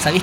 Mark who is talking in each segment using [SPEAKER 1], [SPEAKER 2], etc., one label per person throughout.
[SPEAKER 1] ¿Sabéis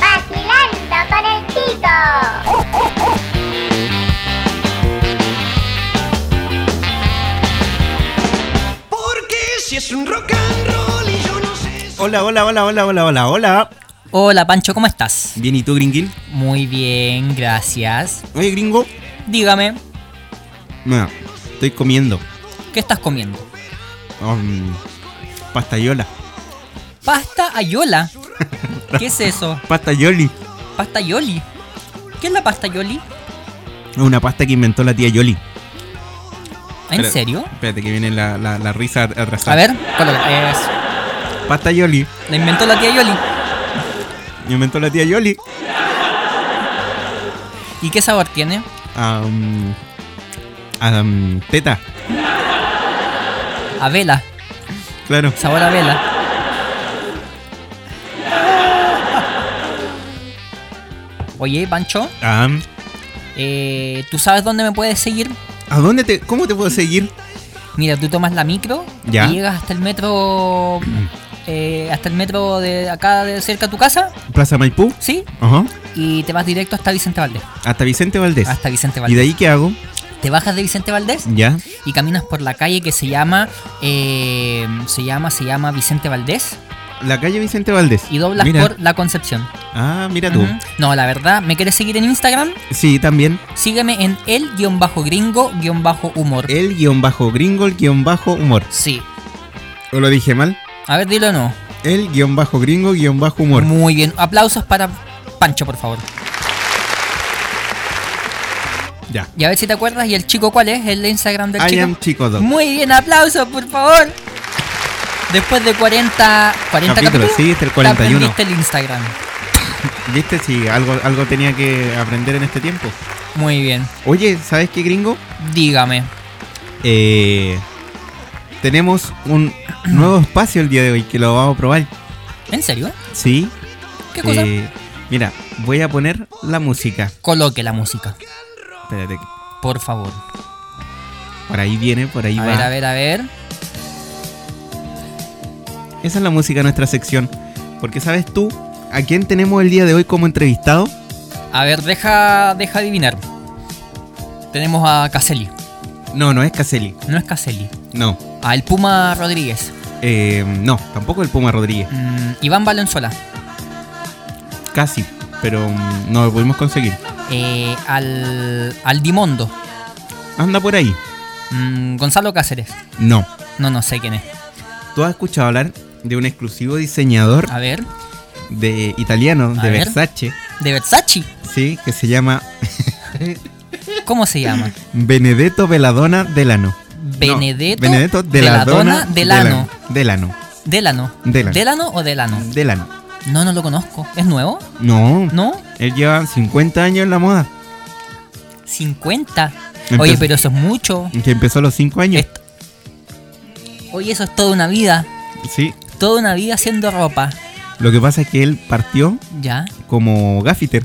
[SPEAKER 2] Vacilando con el chico.
[SPEAKER 3] Porque si es un rock and roll y yo no sé.
[SPEAKER 4] Hola, hola, hola, hola, hola, hola, hola.
[SPEAKER 1] Hola, Pancho, ¿cómo estás?
[SPEAKER 4] Bien, ¿y tú, Gringuín?
[SPEAKER 1] Muy bien, gracias.
[SPEAKER 4] Oye, gringo.
[SPEAKER 1] Dígame,
[SPEAKER 4] Mira, estoy comiendo.
[SPEAKER 1] ¿qué estás comiendo?
[SPEAKER 4] um, pastayola.
[SPEAKER 1] Pasta ayola. ¿Qué es eso?
[SPEAKER 4] Pastayoli.
[SPEAKER 1] Pasta yoli. ¿Qué es la pasta yoli?
[SPEAKER 4] Una pasta que inventó la tía Yoli.
[SPEAKER 1] ¿En
[SPEAKER 4] Espera-
[SPEAKER 1] serio?
[SPEAKER 4] Espérate que viene la, la- la risa at- atrasada.
[SPEAKER 1] A ver, coloca. Eso.
[SPEAKER 4] Pasta Yoli.
[SPEAKER 1] La inventó la tía Yoli.
[SPEAKER 4] Inventó la tía Yoli.
[SPEAKER 1] ¿Y qué sabor tiene?
[SPEAKER 4] Um, um, teta.
[SPEAKER 1] A vela.
[SPEAKER 4] Claro.
[SPEAKER 1] Sabor a vela. Oye, Pancho,
[SPEAKER 4] Am,
[SPEAKER 1] eh, ¿tú sabes dónde me puedes seguir?
[SPEAKER 4] ¿A dónde te... ¿Cómo te puedo seguir?
[SPEAKER 1] Mira, tú tomas la micro
[SPEAKER 4] Ya.
[SPEAKER 1] y llegas hasta el metro. eh, hasta el metro de acá, de cerca de tu casa,
[SPEAKER 4] Plaza Maipú.
[SPEAKER 1] ¿sí?
[SPEAKER 4] Ajá.
[SPEAKER 1] Y te vas directo hasta Vicente Valdés.
[SPEAKER 4] Hasta Vicente Valdés.
[SPEAKER 1] Hasta Vicente
[SPEAKER 4] ¿Y de
[SPEAKER 1] Valdés.
[SPEAKER 4] ahí qué hago?
[SPEAKER 1] Te bajas de Vicente Valdés
[SPEAKER 4] Ya.
[SPEAKER 1] y caminas por la calle que se llama. eh, se llama, se llama Vicente Valdés.
[SPEAKER 4] La calle Vicente Valdés.
[SPEAKER 1] Y doblas
[SPEAKER 4] Mira.
[SPEAKER 1] por La Concepción.
[SPEAKER 4] Ah, mira tú.
[SPEAKER 1] Ujú. No, la verdad, ¿me quieres seguir en Instagram?
[SPEAKER 4] Sí, también.
[SPEAKER 1] Sígueme en el-gringo-humor.
[SPEAKER 4] El guión bajo gringo, el guión bajo humor.
[SPEAKER 1] Sí.
[SPEAKER 4] ¿O lo dije mal?
[SPEAKER 1] A ver, dilo no.
[SPEAKER 4] El guión bajo gringo, guión bajo humor.
[SPEAKER 1] Muy bien. Aplausos para Pancho, por favor.
[SPEAKER 4] Ya.
[SPEAKER 1] Y a ver si te acuerdas. ¿Y el chico cuál es? El de Instagram del
[SPEAKER 4] I
[SPEAKER 1] chico.
[SPEAKER 4] am Chico Dog.
[SPEAKER 1] Muy bien, aplausos, por favor. Después de 40, 40
[SPEAKER 4] Capítulos, sí, este es el 41.
[SPEAKER 1] te aprendiste el Instagram.
[SPEAKER 4] ¿Viste? Sí, algo, algo tenía que aprender en este tiempo.
[SPEAKER 1] Muy bien.
[SPEAKER 4] Oye, ¿sabes qué, gringo?
[SPEAKER 1] Dígame.
[SPEAKER 4] Eh, tenemos un nuevo espacio el día de hoy que lo vamos a probar.
[SPEAKER 1] ¿En serio?
[SPEAKER 4] Sí.
[SPEAKER 1] ¿Qué cosa?
[SPEAKER 4] eh, mira, voy a poner la música.
[SPEAKER 1] Coloque la música,
[SPEAKER 4] Espérate,
[SPEAKER 1] por favor.
[SPEAKER 4] por ahí viene, por ahí
[SPEAKER 1] A
[SPEAKER 4] va.
[SPEAKER 1] ver, a ver, a ver.
[SPEAKER 4] Esa es la música de nuestra sección. Porque sabes tú, ¿a quién tenemos el día de hoy como entrevistado?
[SPEAKER 1] A ver, deja, deja adivinar. Tenemos a Caselli.
[SPEAKER 4] No, no es Caselli.
[SPEAKER 1] No es Caselli.
[SPEAKER 4] No.
[SPEAKER 1] A el Puma Rodríguez.
[SPEAKER 4] Eh, no, tampoco el Puma Rodríguez.
[SPEAKER 1] Mm, Iván Valenzuela.
[SPEAKER 4] Casi. Pero mm, no lo pudimos conseguir.
[SPEAKER 1] Eh, al, al Dimondo.
[SPEAKER 4] Anda por ahí.
[SPEAKER 1] Mm, Gonzalo Cáceres.
[SPEAKER 4] No.
[SPEAKER 1] No, no sé quién es.
[SPEAKER 4] ¿Tú has escuchado hablar de un exclusivo diseñador
[SPEAKER 1] A ver.
[SPEAKER 4] de italiano,
[SPEAKER 1] Ah. A
[SPEAKER 4] de
[SPEAKER 1] ver.
[SPEAKER 4] Versace?
[SPEAKER 1] De Versace.
[SPEAKER 4] Sí, que se llama
[SPEAKER 1] ¿Cómo se llama?
[SPEAKER 4] Benedetto Belladonna Delano. No,
[SPEAKER 1] Benedetto.
[SPEAKER 4] Benedetto Belladonna
[SPEAKER 1] Belladonna Delano.
[SPEAKER 4] Delano.
[SPEAKER 1] Delano.
[SPEAKER 4] Delano.
[SPEAKER 1] ¿Delano o Delano?
[SPEAKER 4] Delano.
[SPEAKER 1] No, no lo conozco. ¿Es nuevo?
[SPEAKER 4] No,
[SPEAKER 1] ¿No?
[SPEAKER 4] él lleva 50 años en la moda.
[SPEAKER 1] 50.
[SPEAKER 4] Empezó-
[SPEAKER 1] Oye, pero eso es mucho.
[SPEAKER 4] Que empezó a los 5 años.
[SPEAKER 1] Est- Oye, eso es toda una vida.
[SPEAKER 4] Sí.
[SPEAKER 1] Toda una vida haciendo ropa.
[SPEAKER 4] Lo que pasa es que él partió
[SPEAKER 1] Ya.
[SPEAKER 4] como gaffiter.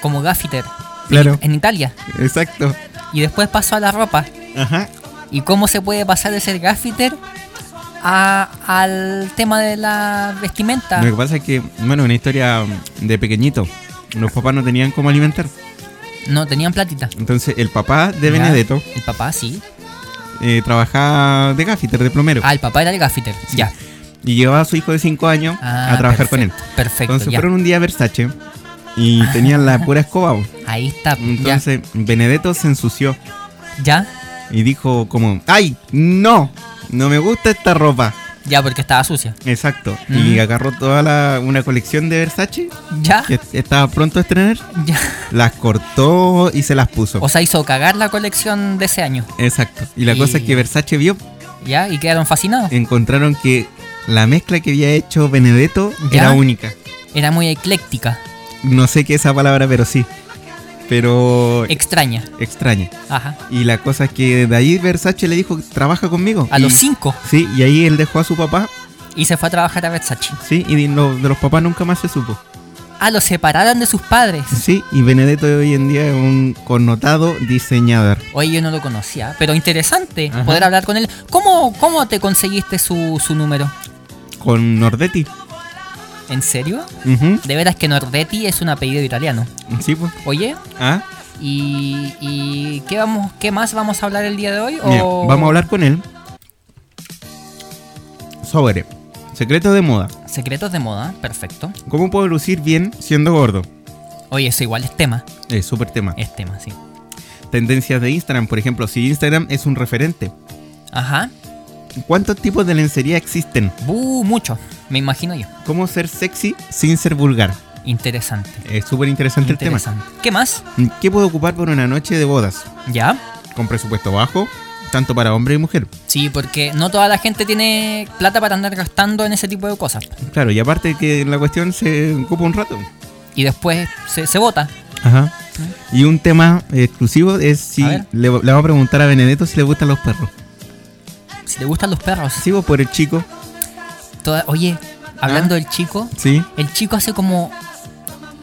[SPEAKER 1] Como gaffiter.
[SPEAKER 4] Claro.
[SPEAKER 1] En Italia.
[SPEAKER 4] Exacto.
[SPEAKER 1] Y después pasó a la ropa.
[SPEAKER 4] Ajá.
[SPEAKER 1] ¿Y cómo se puede pasar de ser gaffiter a- al tema de la vestimenta?
[SPEAKER 4] Lo que pasa es que, bueno, una historia mm, de pequeñito. Los papás no tenían cómo alimentar.
[SPEAKER 1] No, tenían platita.
[SPEAKER 4] Entonces, el papá de
[SPEAKER 1] Ya.
[SPEAKER 4] Benedetto
[SPEAKER 1] El papá, sí.
[SPEAKER 4] eh, trabajaba de gaffiter, de plomero.
[SPEAKER 1] Ah, el papá era el gaffiter.
[SPEAKER 4] Sí.
[SPEAKER 1] Ya.
[SPEAKER 4] Y llevaba a su hijo de 5 años
[SPEAKER 1] Ah,
[SPEAKER 4] a trabajar con él.
[SPEAKER 1] perfecto, Perfecto,
[SPEAKER 4] Entonces
[SPEAKER 1] ya.
[SPEAKER 4] fueron un día a Versace y tenían la pura escoba. po.
[SPEAKER 1] Ahí está. po. Ya.
[SPEAKER 4] Entonces Benedetto se ensució
[SPEAKER 1] ya.
[SPEAKER 4] y dijo como, ¡ay! ¡No! No me gusta esta ropa.
[SPEAKER 1] Ya, porque estaba sucia.
[SPEAKER 4] Exacto. Y
[SPEAKER 1] Mm.
[SPEAKER 4] agarró toda la, una colección de Versace
[SPEAKER 1] Ya.
[SPEAKER 4] que estaba pronto a estrenar,
[SPEAKER 1] Ya.
[SPEAKER 4] las cortó y se las puso.
[SPEAKER 1] O sea, hizo cagar la colección de ese año.
[SPEAKER 4] Exacto. Y la cosa es que
[SPEAKER 1] Y-
[SPEAKER 4] Versace vio,
[SPEAKER 1] Ya. Y quedaron
[SPEAKER 4] Eh.
[SPEAKER 1] fascinados.
[SPEAKER 4] encontraron que la mezcla que había hecho Benedetto
[SPEAKER 1] ¿Ya?
[SPEAKER 4] era única.
[SPEAKER 1] Era muy ecléctica.
[SPEAKER 4] No sé qué es esa palabra, pero sí. Pero
[SPEAKER 1] Extraña.
[SPEAKER 4] extraña.
[SPEAKER 1] Ajá.
[SPEAKER 4] Y la cosa es que de ahí Versace le dijo, trabaja conmigo.
[SPEAKER 1] A
[SPEAKER 4] Y-
[SPEAKER 1] los cinco.
[SPEAKER 4] Sí, y ahí él dejó a su papá,
[SPEAKER 1] Y se fue a trabajar a Versace.
[SPEAKER 4] sí, y de, lo- de los papás nunca más se supo.
[SPEAKER 1] Ah, los separaron de sus padres.
[SPEAKER 4] Sí, y Benedetto hoy en día es un connotado diseñador.
[SPEAKER 1] Oye, yo no lo conocía, pero interesante
[SPEAKER 4] Ajá.
[SPEAKER 1] poder hablar con él. ¿Cómo, cómo te conseguiste su, su número?
[SPEAKER 4] Con Nordetti.
[SPEAKER 1] ¿En serio?
[SPEAKER 4] Ujú,
[SPEAKER 1] De veras que Nordetti es un apellido italiano.
[SPEAKER 4] Sí, pues.
[SPEAKER 1] Oye,
[SPEAKER 4] Ah,
[SPEAKER 1] ¿y, y qué, vamos, qué más vamos a hablar el día de hoy?
[SPEAKER 4] mira,
[SPEAKER 1] o-
[SPEAKER 4] vamos a hablar con él. Sobre secretos de moda.
[SPEAKER 1] Secretos de moda, perfecto.
[SPEAKER 4] ¿Cómo puedo lucir bien siendo gordo?
[SPEAKER 1] Oye, eso igual es tema.
[SPEAKER 4] Es súper tema.
[SPEAKER 1] Es tema, sí.
[SPEAKER 4] Tendencias de Instagram, por ejemplo. Si Instagram es un referente,
[SPEAKER 1] Ajá.
[SPEAKER 4] ¿cuántos tipos de lencería existen?
[SPEAKER 1] Bu, mucho, me imagino yo.
[SPEAKER 4] ¿Cómo ser sexy sin ser vulgar?
[SPEAKER 1] Interesante.
[SPEAKER 4] Es súper interesante el tema.
[SPEAKER 1] Interesante. ¿Qué más?
[SPEAKER 4] ¿Qué puedo ocupar por una noche de bodas?
[SPEAKER 1] ¿Ya?
[SPEAKER 4] Con presupuesto bajo, tanto para hombre y mujer.
[SPEAKER 1] Sí, porque no toda la gente tiene plata para andar gastando en ese tipo de cosas.
[SPEAKER 4] Claro, y aparte que la cuestión se ocupa un rato.
[SPEAKER 1] Y después se, se vota.
[SPEAKER 4] Ajá. Y un tema exclusivo es si
[SPEAKER 1] A
[SPEAKER 4] le,
[SPEAKER 1] ver.
[SPEAKER 4] le vamos a preguntar a Benedetto si le gustan los perros.
[SPEAKER 1] Si te gustan los perros.
[SPEAKER 4] Sí, vos por el chico.
[SPEAKER 1] Toda- oye,
[SPEAKER 4] Ah.
[SPEAKER 1] hablando del chico,
[SPEAKER 4] Sí.
[SPEAKER 1] el chico hace como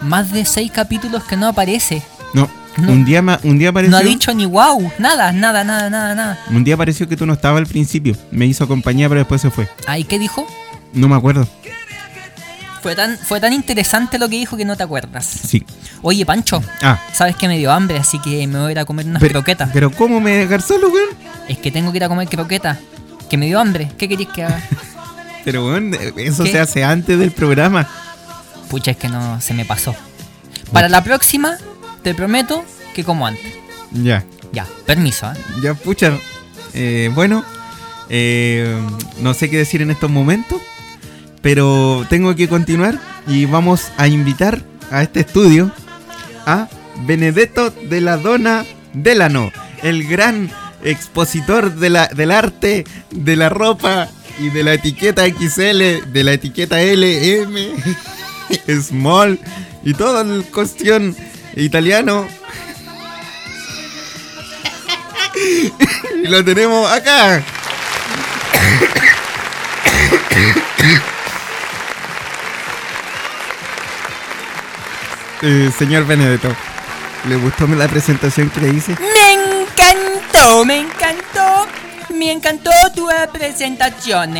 [SPEAKER 1] más de seis capítulos que no aparece.
[SPEAKER 4] No.
[SPEAKER 1] No.
[SPEAKER 4] Un día ma- un día apareció.
[SPEAKER 1] No ha dicho ni wow, nada, nada, nada, nada, nada.
[SPEAKER 4] Un día apareció que tú no estabas al principio. Me hizo compañía, pero después se fue.
[SPEAKER 1] Ay, ¿qué dijo?
[SPEAKER 4] No me acuerdo.
[SPEAKER 1] Fue tan, fue tan interesante lo que dijo que no te acuerdas.
[SPEAKER 4] Sí.
[SPEAKER 1] Oye, Pancho,
[SPEAKER 4] Ah.
[SPEAKER 1] sabes que me dio hambre, así que me voy a ir a comer unas
[SPEAKER 4] pero,
[SPEAKER 1] croquetas.
[SPEAKER 4] pero ¿cómo me dejar solo, weón?
[SPEAKER 1] Es que tengo que ir a comer croquetas. Que me dio hambre. ¿Qué queréis que haga?
[SPEAKER 4] Pero weón, eso
[SPEAKER 1] ¿Qué?
[SPEAKER 4] se hace antes del programa.
[SPEAKER 1] Pucha, es que no se me pasó. Para la próxima, te prometo que como antes.
[SPEAKER 4] Ya.
[SPEAKER 1] Ya, permiso, ¿eh?
[SPEAKER 4] Ya, pucha. Eh, bueno, eh, no sé qué decir en estos momentos, pero tengo que continuar y vamos a invitar a este estudio a Benedetto de la Dona Delano, el gran expositor de la, del arte, de la ropa y de la etiqueta XL, de la etiqueta LM, small y toda la cuestión italiano Y lo tenemos acá. Eh, señor Benedetto, ¿le gustó la presentación que le hice?
[SPEAKER 1] Me encantó, me encantó, me encantó tu presentación.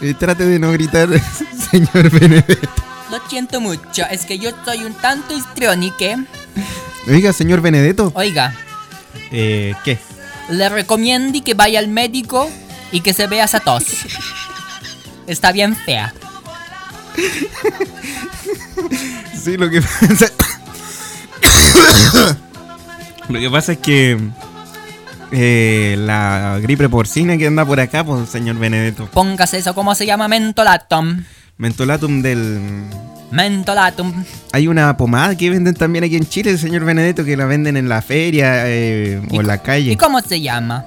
[SPEAKER 4] Eh, trate de no gritar, señor Benedetto.
[SPEAKER 1] Lo siento mucho, es que yo soy un tanto histriónique.
[SPEAKER 4] Oiga, señor Benedetto.
[SPEAKER 1] Oiga,
[SPEAKER 4] Eh, ¿Qué?
[SPEAKER 1] le recomiendo que vaya al médico y que se vea esa tos. Está bien fea.
[SPEAKER 4] Sí, lo que pasa. lo que pasa es que. eh, la gripe porcina que anda por acá, pues, señor Benedetto.
[SPEAKER 1] Póngase eso, ¿cómo se llama? Mentolatum.
[SPEAKER 4] Mentolatum del.
[SPEAKER 1] Mentolatum.
[SPEAKER 4] Hay una pomada que venden también aquí en Chile, señor Benedetto, que la venden en la feria eh, o en la calle.
[SPEAKER 1] ¿Y cómo se llama?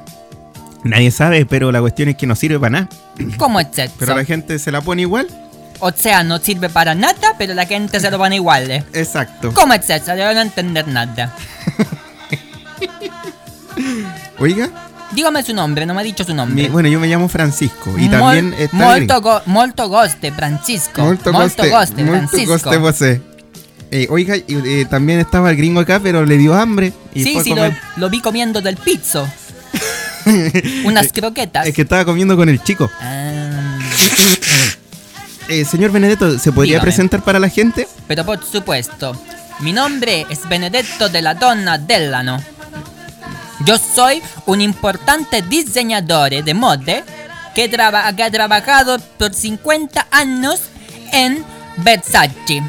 [SPEAKER 4] Nadie sabe, pero la cuestión es que no sirve para nada.
[SPEAKER 1] ¿Cómo es eso?
[SPEAKER 4] Pero la gente se la pone igual.
[SPEAKER 1] O sea, no sirve para nada, pero la gente se lo pone igual. ¿eh?
[SPEAKER 4] Exacto.
[SPEAKER 1] ¿Cómo es eso? Yo no entender nada.
[SPEAKER 4] Oiga,
[SPEAKER 1] Dígame su nombre, no me ha dicho su nombre.
[SPEAKER 4] mi- bueno, yo me llamo Francisco y
[SPEAKER 1] Mol-
[SPEAKER 4] también está
[SPEAKER 1] molto, go- molto goste, Francisco. Molto, goste,
[SPEAKER 4] molto
[SPEAKER 1] Francisco.
[SPEAKER 4] goste vosé. Eh, oiga, y, eh, también estaba el gringo acá, pero le dio hambre. Y
[SPEAKER 1] sí,
[SPEAKER 4] fue a
[SPEAKER 1] sí, lo,
[SPEAKER 4] comer.
[SPEAKER 1] lo vi comiendo del pizzo. Unas croquetas.
[SPEAKER 4] Es que estaba comiendo con el chico.
[SPEAKER 1] Ah,
[SPEAKER 4] Eh, señor Benedetto, ¿se podría
[SPEAKER 1] Dígame.
[SPEAKER 4] presentar para la gente?
[SPEAKER 1] pero por supuesto, mi nombre es Benedetto de la Donna Dellano. Yo soy un importante diseñador de moda que, traba- que ha trabajado por 50 años en Versace.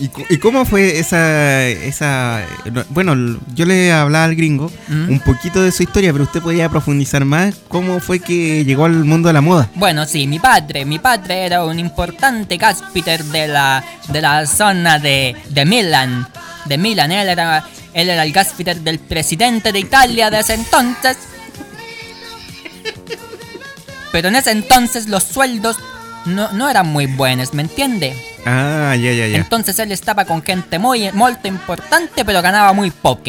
[SPEAKER 4] ¿Y, cu- y cómo fue esa, esa... Bueno, l- yo le hablaba al gringo
[SPEAKER 1] ¿Mm?
[SPEAKER 4] un poquito de su historia, pero usted podía profundizar más cómo fue que llegó al mundo de la moda.
[SPEAKER 1] Bueno, sí, mi padre, mi padre era un importante caspiter de la, de la zona de, de Milán. De Milán, él era, él era el caspiter del presidente de Italia de ese entonces. Pero en ese entonces los sueldos no, no eran muy buenos, ¿me entiende?
[SPEAKER 4] Ah, ya, ya, ya.
[SPEAKER 1] Entonces él estaba con gente muy molto importante, pero ganaba muy poco.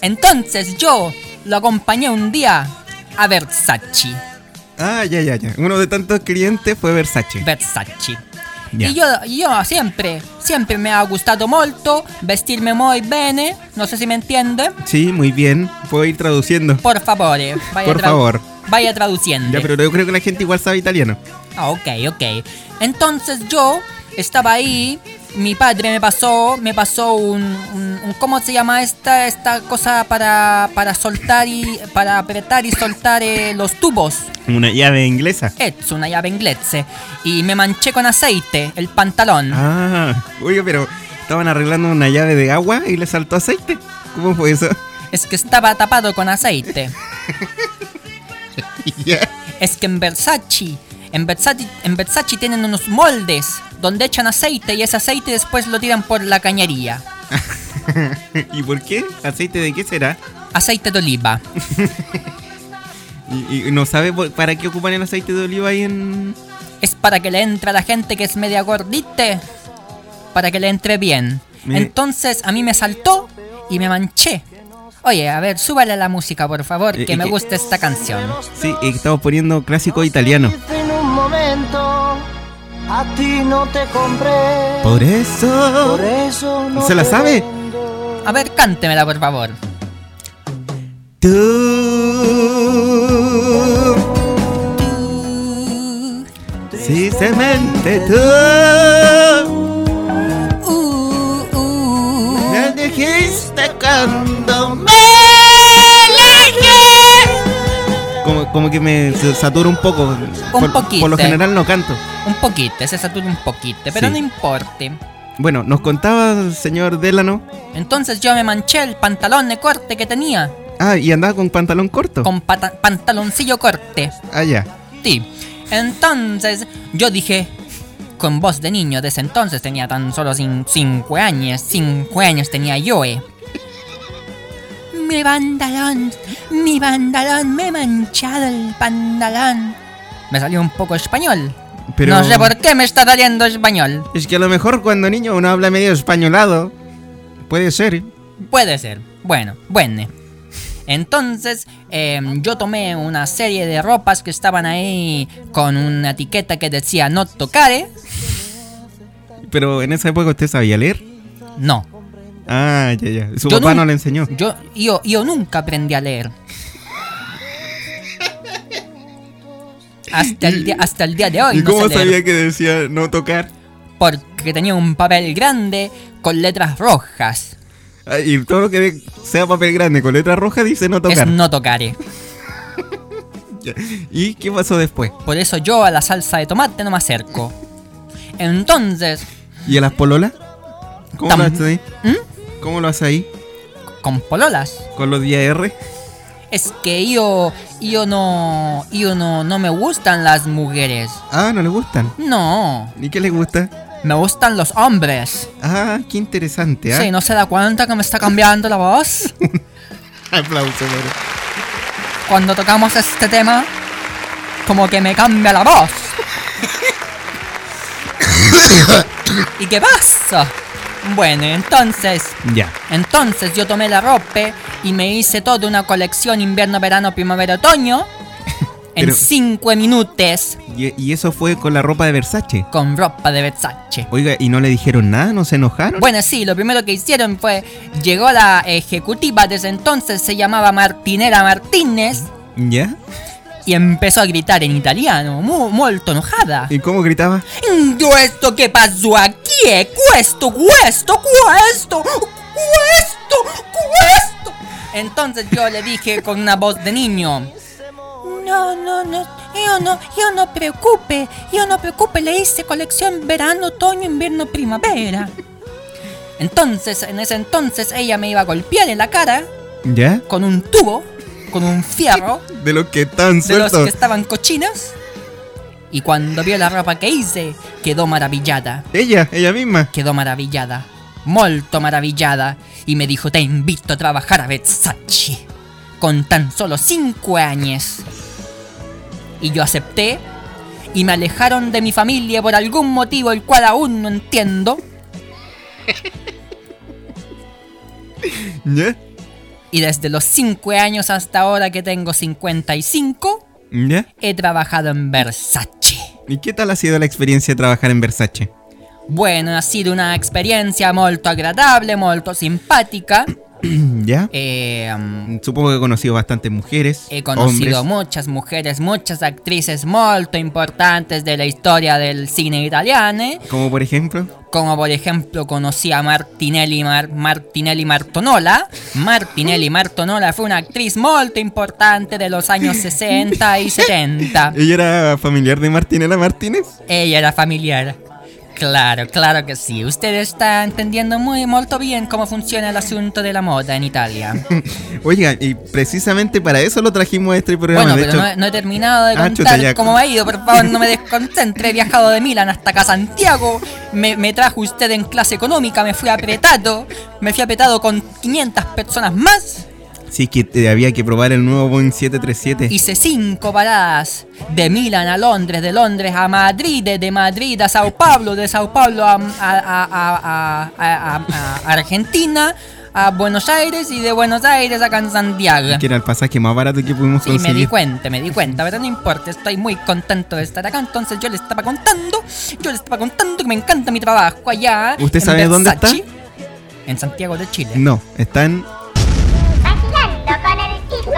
[SPEAKER 1] Entonces yo lo acompañé un día a Versace.
[SPEAKER 4] Ah, ya, ya, ya. Uno de tantos clientes fue Versace.
[SPEAKER 1] Versace.
[SPEAKER 4] Ya.
[SPEAKER 1] E io, io sempre, sempre mi ha gustato molto vestirmi molto bene, non so se mi entiende.
[SPEAKER 4] Sí, muy bien. Puedo ir traduciendo.
[SPEAKER 1] Por favore, vaya,
[SPEAKER 4] Por
[SPEAKER 1] tradu-
[SPEAKER 4] favor.
[SPEAKER 1] vaya traduciendo.
[SPEAKER 4] Ya, pero yo creo que la gente igual sabe italiano.
[SPEAKER 1] Ah, ok, ok. Entonces yo estaba ahí, mi padre me pasó, me pasó un, un- un- ¿cómo se llama esta esta cosa para para soltar y para apretar y soltar eh, los tubos?
[SPEAKER 4] Una llave inglesa.
[SPEAKER 1] Es una llave inglesa y me manché con aceite el pantalón.
[SPEAKER 4] Ah, oye, pero estaban arreglando una llave de agua y le saltó aceite. ¿Cómo fue eso?
[SPEAKER 1] Es que estaba tapado con aceite.
[SPEAKER 4] Ya.
[SPEAKER 1] Es que en Versace, en Versace, en Versace tienen unos moldes donde echan aceite y ese aceite después lo tiran por la cañería.
[SPEAKER 4] ¿Y por qué? ¿Aceite de qué será?
[SPEAKER 1] Aceite de oliva.
[SPEAKER 4] ¿Y, y no sabe por- para qué ocupan el aceite de oliva ahí en...?
[SPEAKER 1] Es para que le entre a la gente que es media gordita. Para que le entre bien.
[SPEAKER 4] Mire.
[SPEAKER 1] Entonces a mí me saltó y me manché. Oye, a ver, súbale la música, por favor,
[SPEAKER 4] Eh,
[SPEAKER 1] que
[SPEAKER 4] eh,
[SPEAKER 1] me
[SPEAKER 4] que-
[SPEAKER 1] gusta esta canción.
[SPEAKER 4] Sí, eh, estamos poniendo clásico italiano.
[SPEAKER 5] En un momento, a ti no te compré.
[SPEAKER 4] Por eso...
[SPEAKER 5] Por eso no
[SPEAKER 4] ¿Se la
[SPEAKER 5] te
[SPEAKER 4] sabe?
[SPEAKER 5] vendo.
[SPEAKER 1] A ver, cántemela, por favor.
[SPEAKER 4] Tú... Sí, semente tú... Me dijiste cuando me elegí. Como, como que me se- saturo un poco. por,
[SPEAKER 1] poquito.
[SPEAKER 4] Por lo general no canto.
[SPEAKER 1] Un poquito, se satura un poquito, pero
[SPEAKER 4] Sí.
[SPEAKER 1] no importa.
[SPEAKER 4] Bueno, nos contaba el señor Delano.
[SPEAKER 1] Entonces yo me manché el pantalón de corte que tenía
[SPEAKER 4] Ah, y andaba con pantalón corto.
[SPEAKER 1] con pata- pantaloncillo corte.
[SPEAKER 4] Ah, ya.
[SPEAKER 1] Sí. Entonces yo dije, con voz de niño, desde entonces tenía tan solo 5 años, 5 años tenía yo, eh. Mi pantalón, mi pantalón, me he manchado el pantalón. Me salió un poco español.
[SPEAKER 4] Pero
[SPEAKER 1] No sé por qué me está saliendo español.
[SPEAKER 4] es que a lo mejor cuando niño uno habla medio españolado. Puede ser.
[SPEAKER 1] Puede ser. Bueno, bueno. Entonces, eh, yo tomé una serie de ropas que estaban ahí con una etiqueta que decía no tocare.
[SPEAKER 4] Pero en esa época usted sabía leer.
[SPEAKER 1] No.
[SPEAKER 4] Ah, ya, ya. Su
[SPEAKER 1] Yo
[SPEAKER 4] papá
[SPEAKER 1] nun-
[SPEAKER 4] no le enseñó.
[SPEAKER 1] Yo, yo, yo nunca aprendí a leer. Hasta el, día, hasta el día de hoy.
[SPEAKER 4] ¿Y
[SPEAKER 1] no sé
[SPEAKER 4] cómo
[SPEAKER 1] leer.
[SPEAKER 4] sabía que decía no tocar?
[SPEAKER 1] Porque tenía un papel grande con letras rojas.
[SPEAKER 4] Ah, Y todo lo que de- sea papel grande con letra roja dice no tocar.
[SPEAKER 1] Es no tocare.
[SPEAKER 4] ¿Y qué pasó después?
[SPEAKER 1] Por eso yo a la salsa de tomate no me acerco. Entonces,
[SPEAKER 4] ¿Y a las pololas? ¿Cómo
[SPEAKER 1] Tam-
[SPEAKER 4] lo haces ahí?
[SPEAKER 1] ¿Mm?
[SPEAKER 4] ¿Cómo lo haces ahí?
[SPEAKER 1] con pololas.
[SPEAKER 4] ¿Con los DAR?
[SPEAKER 1] Es que yo, yo no, yo no, no me gustan las mujeres.
[SPEAKER 4] Ah, no le gustan.
[SPEAKER 1] No,
[SPEAKER 4] ¿Y qué les gusta?
[SPEAKER 1] me gustan los hombres.
[SPEAKER 4] Ah, qué interesante, ¿ah?
[SPEAKER 1] Sí, ¿no se da cuenta que me está cambiando la voz
[SPEAKER 4] Aplauso, Mauro.
[SPEAKER 1] cuando tocamos este tema? Como que me cambia la voz. ¿Y qué pasa? Bueno, entonces,
[SPEAKER 4] Ya.
[SPEAKER 1] entonces yo tomé la ropa y me hice toda una colección invierno, verano, primavera, otoño en
[SPEAKER 4] Pero-
[SPEAKER 1] cinco minutos
[SPEAKER 4] Y, y eso fue con la ropa de Versace.
[SPEAKER 1] con ropa de Versace.
[SPEAKER 4] Oiga, ¿y no le dijeron nada? ¿No se enojaron?
[SPEAKER 1] Bueno, sí, lo primero que hicieron fue. Llegó la ejecutiva desde entonces, se llamaba Martinera Martínez,
[SPEAKER 4] ¿Ya?
[SPEAKER 1] y empezó a gritar en italiano, muy, enojada.
[SPEAKER 4] ¿Y cómo gritaba?
[SPEAKER 1] "Ndo esto que pasó aquí? eh? Questo, questo, questo, questo, questo. Entonces yo le dije con una voz de niño:
[SPEAKER 6] No, no, no, yo no, yo no preocupe, yo no preocupe, le hice colección verano, otoño, invierno, primavera.
[SPEAKER 1] Entonces, en ese entonces, ella me iba a golpear en la cara
[SPEAKER 4] ¿Ya?
[SPEAKER 1] con un tubo, con un fierro,
[SPEAKER 4] De los que están
[SPEAKER 1] de los
[SPEAKER 4] sueltos.
[SPEAKER 1] que estaban cochinas. Y cuando vio la ropa que hice, quedó maravillada,
[SPEAKER 4] Ella, ella misma.
[SPEAKER 1] quedó maravillada, molto maravillada. Y me dijo, te invito a trabajar a Versace, con tan solo cinco años. Y yo acepté, y me alejaron de mi familia por algún motivo el cual aún no entiendo.
[SPEAKER 4] ¿Ya?
[SPEAKER 1] Y desde los 5 años hasta ahora que tengo 55,
[SPEAKER 4] ¿Ya?
[SPEAKER 1] he trabajado en Versace.
[SPEAKER 4] ¿Y qué tal ha sido la experiencia de trabajar en Versace?
[SPEAKER 1] Bueno, ha sido una experiencia molto agradable, molto simpática.
[SPEAKER 4] ¿Ya?
[SPEAKER 1] Eh, mm,
[SPEAKER 4] Supongo que he conocido bastantes mujeres.
[SPEAKER 1] he conocido
[SPEAKER 4] hombres.
[SPEAKER 1] muchas mujeres, muchas actrices molto importantes de la historia del cine italiano.
[SPEAKER 4] Como por ejemplo.
[SPEAKER 1] Como por ejemplo conocí a Martinelli, Mar- Martinelli Martonola. Martinelli Martonola fue una actriz molto importante de los años 60 y 70.
[SPEAKER 4] ¿Ella era familiar de Martinela Martínez?
[SPEAKER 1] Ella era familiar. Claro, claro que sí. Usted está entendiendo muy, muy bien cómo funciona el asunto de la moda en Italia.
[SPEAKER 4] Oiga, y precisamente para eso lo trajimos a este programa.
[SPEAKER 1] Bueno,
[SPEAKER 4] de
[SPEAKER 1] pero
[SPEAKER 4] hecho,
[SPEAKER 1] no, he- no he terminado de
[SPEAKER 4] Ah,
[SPEAKER 1] contar
[SPEAKER 4] chuta, ya.
[SPEAKER 1] cómo me ha ido. Por favor, no me desconcentre. He viajado de Milán hasta acá a Santiago. Me, me trajo usted en clase económica. Me fui apretado. Me fui apretado con 500 personas más.
[SPEAKER 4] Sí, es que eh, había que probar el nuevo Boeing 737.
[SPEAKER 1] Hice cinco paradas. De Milán a Londres, de Londres a Madrid, de Madrid a Sao Paulo, de Sao Paulo a, a- a- a- a- a- a- a Argentina, a Buenos Aires y de Buenos Aires acá en Santiago.
[SPEAKER 4] Que era el pasaje más barato que pudimos
[SPEAKER 1] Sí, me
[SPEAKER 4] conseguir.
[SPEAKER 1] di cuenta, me di cuenta, pero no importa, estoy muy contento de estar acá, entonces yo le estaba contando, yo le estaba contando que me encanta mi trabajo allá.
[SPEAKER 4] ¿Usted
[SPEAKER 1] en
[SPEAKER 4] sabe dónde
[SPEAKER 1] Versace,
[SPEAKER 4] está? Mm.
[SPEAKER 1] En Santiago de Chile.
[SPEAKER 4] No, están.
[SPEAKER 2] Vacilando con el chico.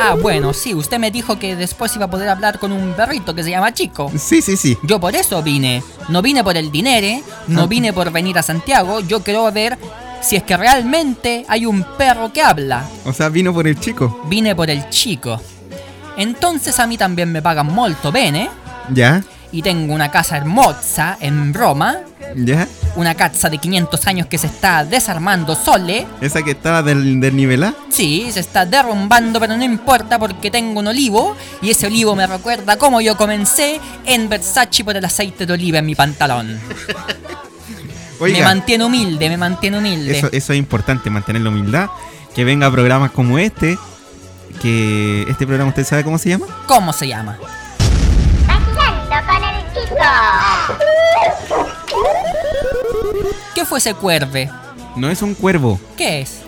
[SPEAKER 1] Ah, bueno, sí, usted me dijo que después iba a poder hablar con un perrito que se llama Chico.
[SPEAKER 4] Sí, sí, sí.
[SPEAKER 1] Yo por eso vine. No vine por el dinero,
[SPEAKER 4] Ah.
[SPEAKER 1] no vine por venir a Santiago. Yo quiero ver si es que realmente hay un perro que habla.
[SPEAKER 4] O sea, vino por el chico.
[SPEAKER 1] Vine por el chico. Entonces a mí también me pagan molto bene.
[SPEAKER 4] ¿Ya?
[SPEAKER 1] Y tengo una casa hermosa en Roma.
[SPEAKER 4] ¿Ya?
[SPEAKER 1] Una casa de 500 años que se está desarmando sole.
[SPEAKER 4] Esa que estaba del, del nivelá.
[SPEAKER 1] Sí, se está derrumbando, pero no importa porque tengo un olivo. Y ese olivo me recuerda cómo yo comencé en Versace por el aceite de oliva en mi pantalón. Me
[SPEAKER 4] Oiga,
[SPEAKER 1] mantiene humilde, me mantiene humilde.
[SPEAKER 4] eso, eso es importante, mantener la humildad. Que venga programas como este. Que este programa, ¿usted sabe cómo se llama?
[SPEAKER 1] ¿Cómo se llama?
[SPEAKER 2] Vacilando con el chico.
[SPEAKER 1] ¿Qué fue ese cuerve?
[SPEAKER 4] No es un cuervo,
[SPEAKER 1] ¿Qué es?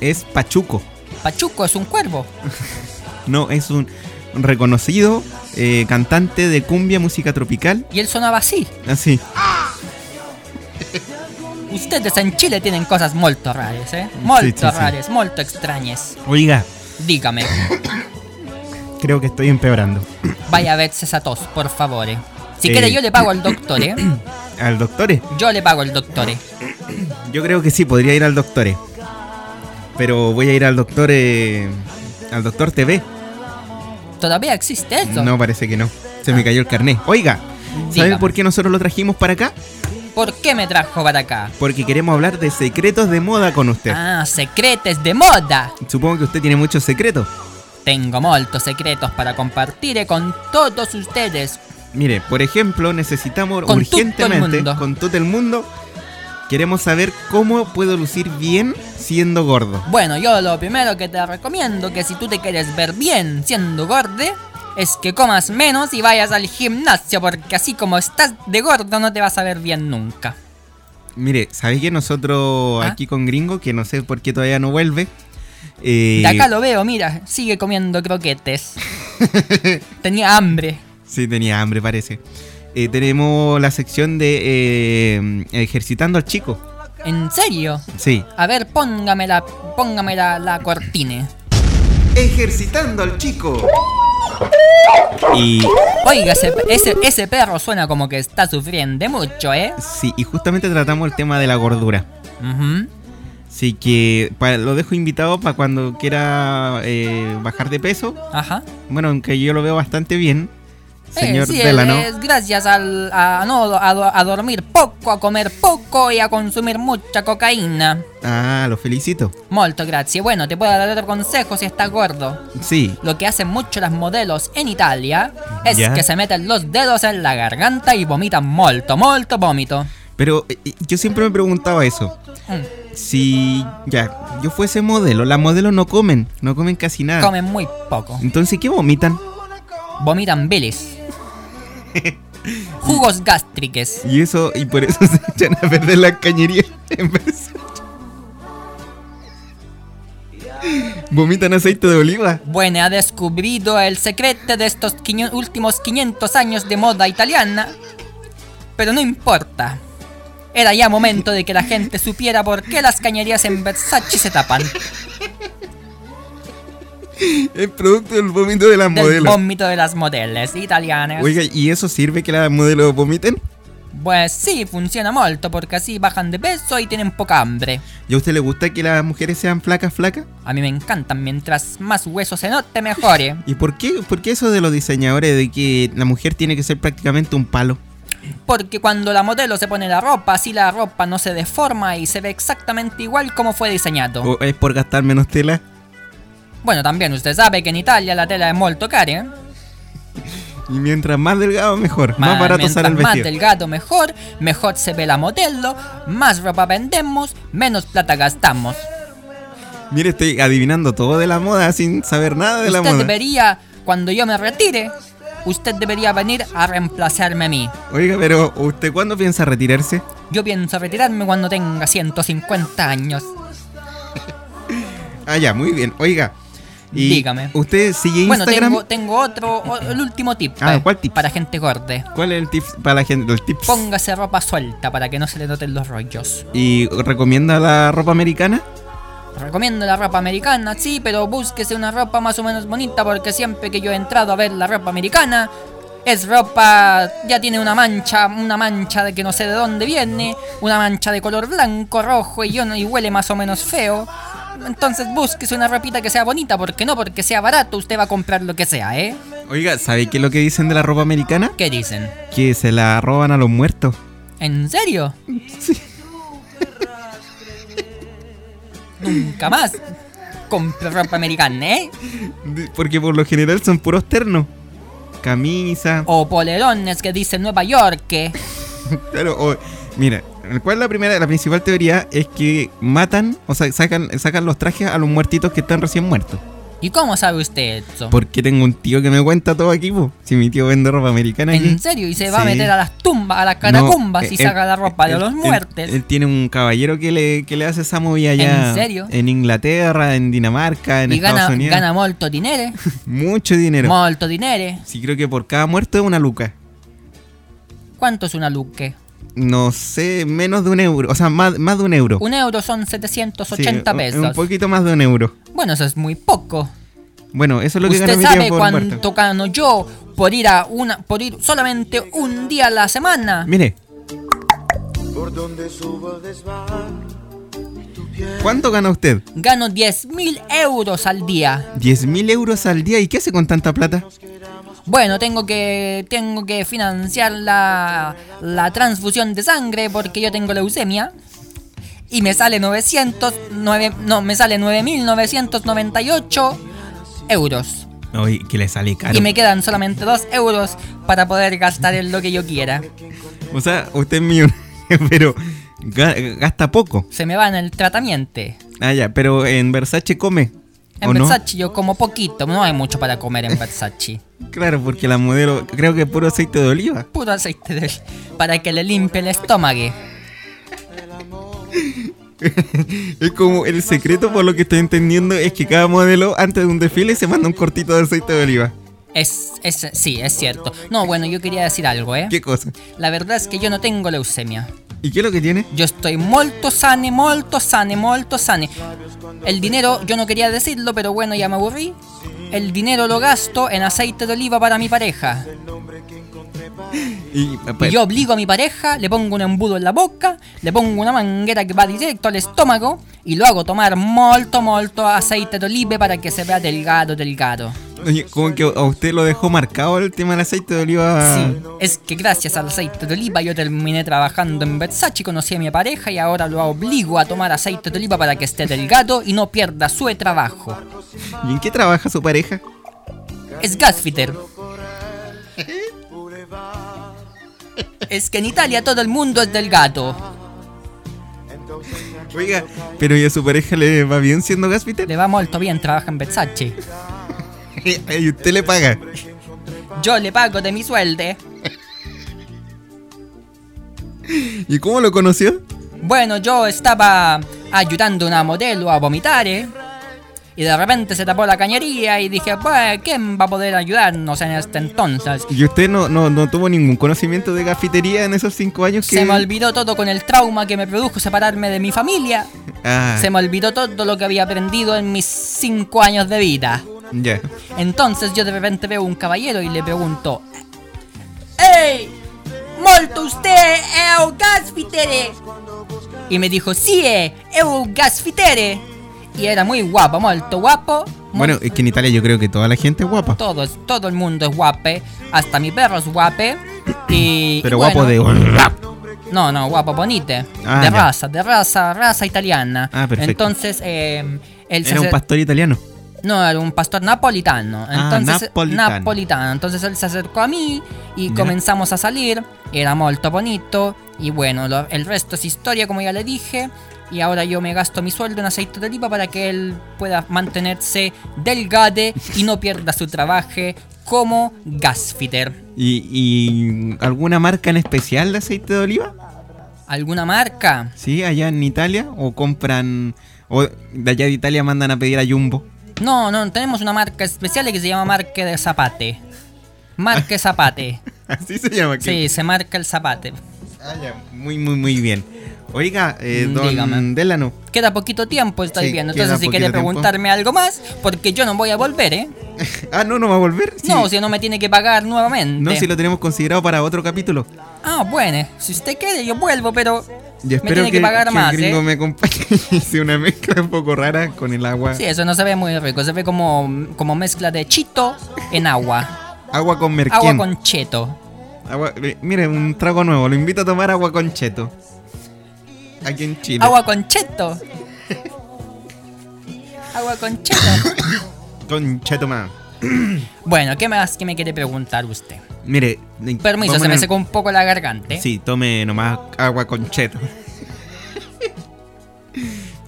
[SPEAKER 4] es Pachuco.
[SPEAKER 1] ¿Pachuco es un cuervo?
[SPEAKER 4] No, es un reconocido eh, cantante de cumbia, música tropical.
[SPEAKER 1] Y él sonaba así.
[SPEAKER 4] Así.
[SPEAKER 1] Ustedes en Chile tienen cosas molto raras, ¿eh? Molto
[SPEAKER 4] sí, sí.
[SPEAKER 1] raras, molto extrañas.
[SPEAKER 4] Oiga,
[SPEAKER 1] Dígame,
[SPEAKER 4] creo que estoy empeorando.
[SPEAKER 1] vaya a verse esa tos, por favor. eh. Si
[SPEAKER 4] Eh.
[SPEAKER 1] quiere yo le pago al doctor, ¿eh?
[SPEAKER 4] ¿Al doctore?
[SPEAKER 1] Yo le pago al doctor. eh.
[SPEAKER 4] Yo creo que sí, podría ir al doctore. Pero voy a ir al doctor. eh, al doctor TV.
[SPEAKER 1] ¿Todavía existe eso?
[SPEAKER 4] No, parece que no. Se me cayó el carnet. Oiga, ¿sabe
[SPEAKER 1] Dígame.
[SPEAKER 4] por qué nosotros lo trajimos para acá?
[SPEAKER 1] ¿Por qué me trajo para acá?
[SPEAKER 4] Porque queremos hablar de secretos de moda con usted.
[SPEAKER 1] Ah, secretos de moda.
[SPEAKER 4] Supongo que usted tiene muchos secretos.
[SPEAKER 1] Tengo moltos secretos para compartir eh, con todos ustedes.
[SPEAKER 4] Mire, por ejemplo, necesitamos
[SPEAKER 1] Con tutto il
[SPEAKER 4] urgentemente,
[SPEAKER 1] mondo.
[SPEAKER 4] con todo el mundo, queremos saber cómo puedo lucir bien siendo gordo.
[SPEAKER 1] Bueno, yo lo primero que te recomiendo que si tú te quieres ver bien siendo gordo, es que comas menos y vayas al gimnasio, porque así como estás de gordo no te vas a ver bien nunca.
[SPEAKER 4] Mire, ¿sabéis que nosotros
[SPEAKER 1] ¿Ah?
[SPEAKER 4] aquí con Gringo, que no sé por qué todavía no vuelve? eh,
[SPEAKER 1] De acá lo veo, mira, sigue comiendo croquetes. Tenía hambre.
[SPEAKER 4] Sí, tenía hambre, parece. Eh, tenemos la sección de eh, ejercitando al chico.
[SPEAKER 1] ¿En serio?
[SPEAKER 4] Sí.
[SPEAKER 1] A ver, póngame la, póngame la, la cortine.
[SPEAKER 4] Ejercitando al chico. Y
[SPEAKER 1] Oiga, ese, ese, ese perro suena como que está sufriendo mucho, ¿eh?
[SPEAKER 4] sí, y justamente tratamos el tema de la gordura.
[SPEAKER 1] Ujú.
[SPEAKER 4] Así que pa- lo dejo invitado para cuando quiera eh, bajar de peso.
[SPEAKER 1] Ajá.
[SPEAKER 4] Bueno, aunque yo lo veo bastante bien,
[SPEAKER 1] Eh,
[SPEAKER 4] señor
[SPEAKER 1] sí,
[SPEAKER 4] Delano.
[SPEAKER 1] es gracias al, a, no, a, do- a dormir poco, a comer poco y a consumir mucha cocaína.
[SPEAKER 4] Ah, lo felicito.
[SPEAKER 1] Molto grazie. Bueno, te puedo dar otro consejo si estás gordo.
[SPEAKER 4] Sí.
[SPEAKER 1] Lo que hacen mucho las modelos en Italia es
[SPEAKER 4] Ya.
[SPEAKER 1] que se meten los dedos en la garganta y vomitan molto, molto vómito.
[SPEAKER 4] Pero eh, eh, yo siempre me preguntaba eso.
[SPEAKER 1] Mm,
[SPEAKER 4] Si ya, yo fuese modelo, las modelos no comen, no comen casi nada.
[SPEAKER 1] Comen muy poco.
[SPEAKER 4] Entonces, ¿qué vomitan?
[SPEAKER 1] Vomitan bilis. Jugos gástriques.
[SPEAKER 4] Y eso, y por eso se echan a perder las cañerías en vez. Vomitan aceite de oliva.
[SPEAKER 1] Bueno, ha descubrido el secreto de estos quiño- últimos 500 años de moda italiana. Pero no importa. Era ya momento de que la gente supiera por qué las cañerías en Versace se tapan.
[SPEAKER 4] Es producto del vómito de las
[SPEAKER 1] Del
[SPEAKER 4] modelos.
[SPEAKER 1] vómito de las modelos italianas.
[SPEAKER 4] Oiga, ¿y eso sirve que las modelos vomiten?
[SPEAKER 1] Pues sí, funciona molto porque así bajan de peso y tienen poca hambre.
[SPEAKER 4] ¿Y a usted le gusta que las mujeres sean flacas, flacas?
[SPEAKER 1] A mí me encantan, mientras más hueso se note, ¿eh? mejore.
[SPEAKER 4] ¿Y por qué, por qué eso de los diseñadores de que la mujer tiene que ser prácticamente un palo?
[SPEAKER 1] Porque cuando la modelo se pone la ropa, así la ropa no se deforma y se ve exactamente igual como fue diseñado.
[SPEAKER 4] ¿O es por gastar menos tela?
[SPEAKER 1] Bueno, también usted sabe que en Italia la tela es ¿eh? molto cara.
[SPEAKER 4] Y mientras más delgado, mejor. Más,
[SPEAKER 1] Ma-
[SPEAKER 4] barato
[SPEAKER 1] mientras
[SPEAKER 4] sale el
[SPEAKER 1] más
[SPEAKER 4] vestido.
[SPEAKER 1] delgado mejor, mejor se ve la modelo, más ropa vendemos, menos plata gastamos.
[SPEAKER 4] Mire, estoy adivinando todo de la moda sin saber nada de la
[SPEAKER 1] usted
[SPEAKER 4] moda.
[SPEAKER 1] debería, cuando yo me retire, usted debería venir a reemplazarme a mí.
[SPEAKER 4] Oiga, pero ¿usted cuándo piensa retirarse?
[SPEAKER 1] Yo pienso retirarme cuando tenga 150 años.
[SPEAKER 4] Ah, ya, muy bien. Oiga. Y
[SPEAKER 1] Dígame.
[SPEAKER 4] ¿Usted sigue
[SPEAKER 1] Bueno,
[SPEAKER 4] Instagram?
[SPEAKER 1] tengo, tengo otro, o- el último tip.
[SPEAKER 4] Ah,
[SPEAKER 1] eh,
[SPEAKER 4] ¿cuál tip?
[SPEAKER 1] Para gente gorda.
[SPEAKER 4] ¿Cuál es el tip para la gente? El tips.
[SPEAKER 1] Póngase ropa suelta para que no se le noten los rollos.
[SPEAKER 4] ¿Y recomienda la ropa americana?
[SPEAKER 1] Recomiendo la ropa americana, sí, pero búsquese una ropa más o menos bonita porque siempre que yo he entrado a ver la ropa americana, es ropa, ya tiene una mancha, una mancha de que no sé de dónde viene, una mancha de color blanco, rojo y, yo no- y huele más o menos feo. Entonces búsquese una ropita que sea bonita, porque no porque sea barato, usted va a comprar lo que sea, ¿eh?
[SPEAKER 4] Oiga, ¿sabe qué es lo que dicen de la ropa americana?
[SPEAKER 1] ¿Qué dicen?
[SPEAKER 4] Que se la roban a los muertos.
[SPEAKER 1] ¿En serio? Nunca más compre ropa americana, ¿eh?
[SPEAKER 4] De- Porque por lo general son puros ternos. Camisa.
[SPEAKER 1] O polerones que dicen Nueva York. ¿eh? que-
[SPEAKER 4] Claro, o- mira, ¿cuál es la primera? La principal teoría es que matan, o sea, sacan, sacan los trajes a los muertitos que están recién muertos.
[SPEAKER 1] ¿Y cómo sabe usted eso?
[SPEAKER 4] Porque tengo un tío que me cuenta todo aquí, po. Si mi tío vende ropa americana aquí.
[SPEAKER 1] ¿En serio? ¿Y se va a
[SPEAKER 4] Sí.
[SPEAKER 1] meter a las tumbas, a las
[SPEAKER 4] No, eh,
[SPEAKER 1] catacumbas y
[SPEAKER 4] él-
[SPEAKER 1] saca la ropa de
[SPEAKER 4] él-
[SPEAKER 1] los
[SPEAKER 4] él-
[SPEAKER 1] muertos?
[SPEAKER 4] eh, Él, tiene un caballero que le, que le hace esa movida allá.
[SPEAKER 1] ¿En serio?
[SPEAKER 4] En Inglaterra, en Dinamarca, en
[SPEAKER 1] y
[SPEAKER 4] Estados
[SPEAKER 1] gana,
[SPEAKER 4] Unidos.
[SPEAKER 1] gana molto dinero.
[SPEAKER 4] Mucho dinero.
[SPEAKER 1] Molto dinero.
[SPEAKER 4] sí, creo que por cada muerto es una luca.
[SPEAKER 1] ¿Cuánto es una luque?
[SPEAKER 4] No sé, menos de un euro. O sea, más, más de un euro.
[SPEAKER 1] Un euro son 780
[SPEAKER 4] Sí, un-
[SPEAKER 1] pesos.
[SPEAKER 4] Un poquito más de un euro.
[SPEAKER 1] bueno, eso es muy poco.
[SPEAKER 4] Bueno, eso es lo que gana
[SPEAKER 1] Usted
[SPEAKER 4] mi
[SPEAKER 1] sabe
[SPEAKER 4] tío por
[SPEAKER 1] cuánto
[SPEAKER 4] muerto.
[SPEAKER 1] gano yo por ir a una, por ir solamente un día a la semana.
[SPEAKER 4] Mire, ¿cuánto gana usted?
[SPEAKER 1] Gano 10 mil euros al día.
[SPEAKER 4] 10 mil euros al día. ¿Y qué hace con tanta plata?
[SPEAKER 1] Bueno, tengo que tengo que financiar la, la transfusión de sangre porque yo tengo leucemia y me sale 900 nueve- no, me sale 9998 euros
[SPEAKER 4] Oye, que le sale caro.
[SPEAKER 1] y me quedan solamente 2 euros para poder gastar en lo que yo quiera.
[SPEAKER 4] O sea, usted es millonario, pero ga- gasta poco.
[SPEAKER 1] Se me va en el tratamiento.
[SPEAKER 4] Ah, ya, pero en Versace come.
[SPEAKER 1] En
[SPEAKER 4] ¿o no?
[SPEAKER 1] Versace yo como poquito, no hay mucho para comer en Versace.
[SPEAKER 4] Claro, porque la modelo creo que es puro aceite de oliva.
[SPEAKER 1] Puro aceite de- para que le limpie el estómago.
[SPEAKER 4] Es como el secreto, por lo que estoy entendiendo, es que cada modelo antes de un desfile se manda un cortito de aceite de oliva.
[SPEAKER 1] Es, es, sí, es cierto. No, bueno, yo quería decir algo, ¿eh?
[SPEAKER 4] ¿Qué cosa?
[SPEAKER 1] La verdad es que yo no tengo leucemia.
[SPEAKER 4] ¿Y qué es lo que tiene?
[SPEAKER 1] Yo estoy molto sane, molto sane, molto sane. El dinero, yo no quería decirlo, pero bueno, ya me aburrí. El dinero lo gasto en aceite de oliva para mi pareja.
[SPEAKER 4] Y, pues,
[SPEAKER 1] Y yo obligo a mi pareja, le pongo un embudo en la boca, le pongo una manguera que va directo al estómago y lo hago tomar molto, molto aceite d'olive para que se vea delgado, delgado.
[SPEAKER 4] Oye, Como que a usted lo dejó marcado el tema del aceite de oliva.
[SPEAKER 1] Sí, es que gracias al aceite de oliva yo terminé trabajando en Versace, conocí a mi pareja y ahora lo obligo a tomar aceite de oliva para que esté delgado y no pierda su trabajo.
[SPEAKER 4] ¿Y en qué trabaja su pareja?
[SPEAKER 1] Es gasfitter. Es que en Italia todo el mundo es delgado.
[SPEAKER 4] Oiga, pero ¿y a su pareja le va bien siendo gaspiter?
[SPEAKER 1] Le va molto bien, trabaja en Versace.
[SPEAKER 4] y usted le paga.
[SPEAKER 1] Yo le pago de mi suelde.
[SPEAKER 4] ¿Y cómo lo conoció?
[SPEAKER 1] Bueno, yo estaba ayudando a una modelo a vomitar, ¿eh? Y de repente se tapó la cañería y dije, pues, ¿quién va a poder ayudarnos en este entonces?
[SPEAKER 4] ¿Y usted no, no, no tuvo ningún conocimiento de gafitería en esos cinco años que...
[SPEAKER 1] Se me olvidó todo con el trauma que me produjo separarme de mi familia.
[SPEAKER 4] Ah,
[SPEAKER 1] Se me olvidó todo lo que había aprendido en mis cinco años de vida.
[SPEAKER 4] ya.
[SPEAKER 1] Entonces yo de repente veo un caballero y le pregunto, ¡Ey! ¿Molto usted eh, è un gasfitere? Y me dijo, sí, è un gasfitere. Y era muy guapo, molto guapo.
[SPEAKER 4] Bueno, es que en Italia yo creo que toda la gente es guapa.
[SPEAKER 1] Todo, todo el mundo es guape, hasta mi perro es guape. Y, y
[SPEAKER 4] Pero guapo
[SPEAKER 1] bueno,
[SPEAKER 4] de...
[SPEAKER 1] No, no, guapo, bonito.
[SPEAKER 4] Ah,
[SPEAKER 1] de
[SPEAKER 4] ya.
[SPEAKER 1] raza, de raza, raza italiana.
[SPEAKER 4] Ah, perfecto.
[SPEAKER 1] Entonces, eh, él se
[SPEAKER 4] Era un
[SPEAKER 1] acer-
[SPEAKER 4] pastor italiano.
[SPEAKER 1] no, era un pastor napolitano.
[SPEAKER 4] Ah,
[SPEAKER 1] Entonces,
[SPEAKER 4] napolitano.
[SPEAKER 1] napolitano. Entonces él se acercó a mí y
[SPEAKER 4] Ya.
[SPEAKER 1] comenzamos a salir. Era molto bonito. Y bueno, lo- el resto es historia, como ya le dije. Y ahora yo me gasto mi sueldo en aceite de oliva para que él pueda mantenerse delgade y no pierda su trabajo como gasfitter.
[SPEAKER 4] ¿Y, y alguna marca en especial de aceite de oliva?
[SPEAKER 1] ¿Alguna marca?
[SPEAKER 4] ¿Sí? ¿Allá en Italia? ¿O compran... o de allá de Italia mandan a pedir a Jumbo?
[SPEAKER 1] No, no, tenemos una marca especial que se llama Marque de Zapate.
[SPEAKER 4] Ah.
[SPEAKER 1] Marque Zapate.
[SPEAKER 4] Así se llama. que-
[SPEAKER 1] Sí, se marca el zapate.
[SPEAKER 4] Ah, ya, Muy, muy, muy bien. Oiga, eh,
[SPEAKER 1] Mm,
[SPEAKER 4] don
[SPEAKER 1] dígame.
[SPEAKER 4] Delano.
[SPEAKER 1] Queda poquito tiempo, estoy
[SPEAKER 4] Sí,
[SPEAKER 1] viendo.
[SPEAKER 4] queda
[SPEAKER 1] Entonces, si quiere
[SPEAKER 4] poquito tiempo.
[SPEAKER 1] preguntarme algo más, porque yo no voy a volver, ¿eh?
[SPEAKER 4] Ah, no, no va a volver. Sí.
[SPEAKER 1] No, si no me tiene que pagar nuevamente.
[SPEAKER 4] No, si lo tenemos considerado para otro capítulo.
[SPEAKER 1] Ah, bueno, si usted quiere, yo vuelvo, pero
[SPEAKER 4] Y
[SPEAKER 1] me
[SPEAKER 4] espero
[SPEAKER 1] tiene que, pagar
[SPEAKER 4] que
[SPEAKER 1] más,
[SPEAKER 4] el gringo
[SPEAKER 1] ¿eh?
[SPEAKER 4] me acompañe. Hice una mezcla un poco rara con el agua.
[SPEAKER 1] Sí, eso no se ve muy rico. Se ve como, como mezcla de chito en agua.
[SPEAKER 4] Agua con merquén.
[SPEAKER 1] Agua con cheto.
[SPEAKER 4] Agua- eh, Mire, un trago nuevo. Lo invito a tomar agua con cheto. Aquí en Chile.
[SPEAKER 1] Agua con cheto. Agua con cheto.
[SPEAKER 4] Con cheto más.
[SPEAKER 1] Bueno, ¿qué más que me quiere preguntar usted?
[SPEAKER 4] Mire.
[SPEAKER 1] Permiso,
[SPEAKER 4] vamos
[SPEAKER 1] se me
[SPEAKER 4] a-
[SPEAKER 1] secó un poco la garganta. ¿eh?
[SPEAKER 4] Sí, tome nomás agua con cheto.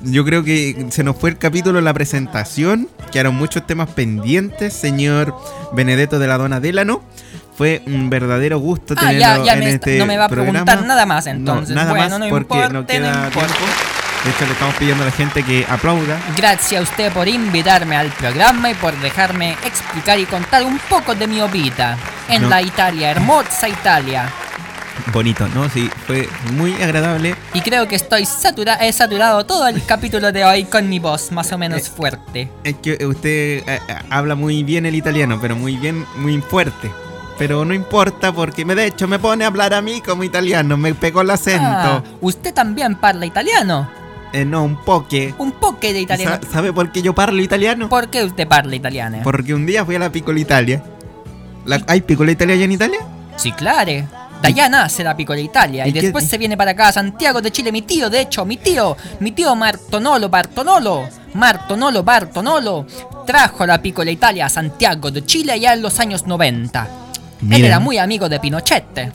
[SPEAKER 4] Yo creo que se nos fue el capítulo, la presentación. Quedaron muchos temas pendientes, señor Benedetto de la Dona Delano. Fue un verdadero gusto
[SPEAKER 1] Ah,
[SPEAKER 4] tenerlo
[SPEAKER 1] ya, ya
[SPEAKER 4] en
[SPEAKER 1] me está-
[SPEAKER 4] este
[SPEAKER 1] no me va a
[SPEAKER 4] programa.
[SPEAKER 1] preguntar nada más,
[SPEAKER 4] No,
[SPEAKER 1] entonces.
[SPEAKER 4] nada
[SPEAKER 1] Bueno,
[SPEAKER 4] más
[SPEAKER 1] no
[SPEAKER 4] porque no
[SPEAKER 1] importa, no
[SPEAKER 4] queda
[SPEAKER 1] importa.
[SPEAKER 4] tiempo. De hecho, le estamos pidiendo a la gente que aplauda.
[SPEAKER 1] Gracias a usted por invitarme al programa y por dejarme explicar y contar un poco de mi vida en
[SPEAKER 4] No.
[SPEAKER 1] la Italia, hermosa Italia.
[SPEAKER 4] Bonito, ¿no? Sí, fue muy agradable.
[SPEAKER 1] Y creo que estoy satura he saturado todo el capítulo de hoy con mi voz más o menos fuerte.
[SPEAKER 4] Es que usted eh, eh, habla muy bien el italiano, pero muy bien, muy fuerte. Pero no importa porque me, de hecho me pone a hablar a mí como italiano, me pegó el
[SPEAKER 1] Ah,
[SPEAKER 4] acento.
[SPEAKER 1] usted también parla italiano,
[SPEAKER 4] Eh, no, un poque.
[SPEAKER 1] un poco de italiano.
[SPEAKER 4] Sa- ¿Sabe por qué yo parlo italiano?
[SPEAKER 1] ¿Por qué usted parla italiano?
[SPEAKER 4] Porque un día fui a la piccola Italia. La- ¿Hay piccola Italia allá en Italia?
[SPEAKER 1] Sí, claro. De allá nace la Piccola Italia y,
[SPEAKER 4] ¿Y qué-
[SPEAKER 1] después se viene para acá a Santiago de Chile mi tío, de hecho, mi tío, mi tío Martonolo Bartonolo, Martonolo Bartonolo, trajo la Piccola Italia a Santiago de Chile ya en los años 90. Él
[SPEAKER 4] Mira.
[SPEAKER 1] era muy amigo de Pinochet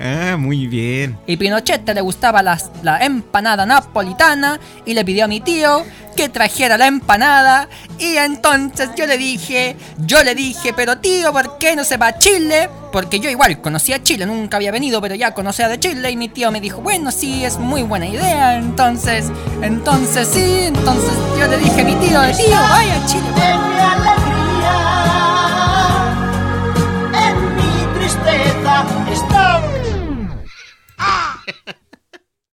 [SPEAKER 4] Ah, muy bien.
[SPEAKER 1] y Pinochet le gustaba las- la empanada napolitana y le pidió a mi tío que trajera la empanada y entonces yo le dije, yo le dije, pero tío, ¿por qué no se va a Chile? Porque yo igual conocía Chile, nunca había venido, pero ya conocía de Chile y mi tío me dijo, bueno, sí, es muy buena idea, entonces, entonces sí, entonces yo le dije a mi tío, tío, vaya a Chile.
[SPEAKER 5] de mi alegría.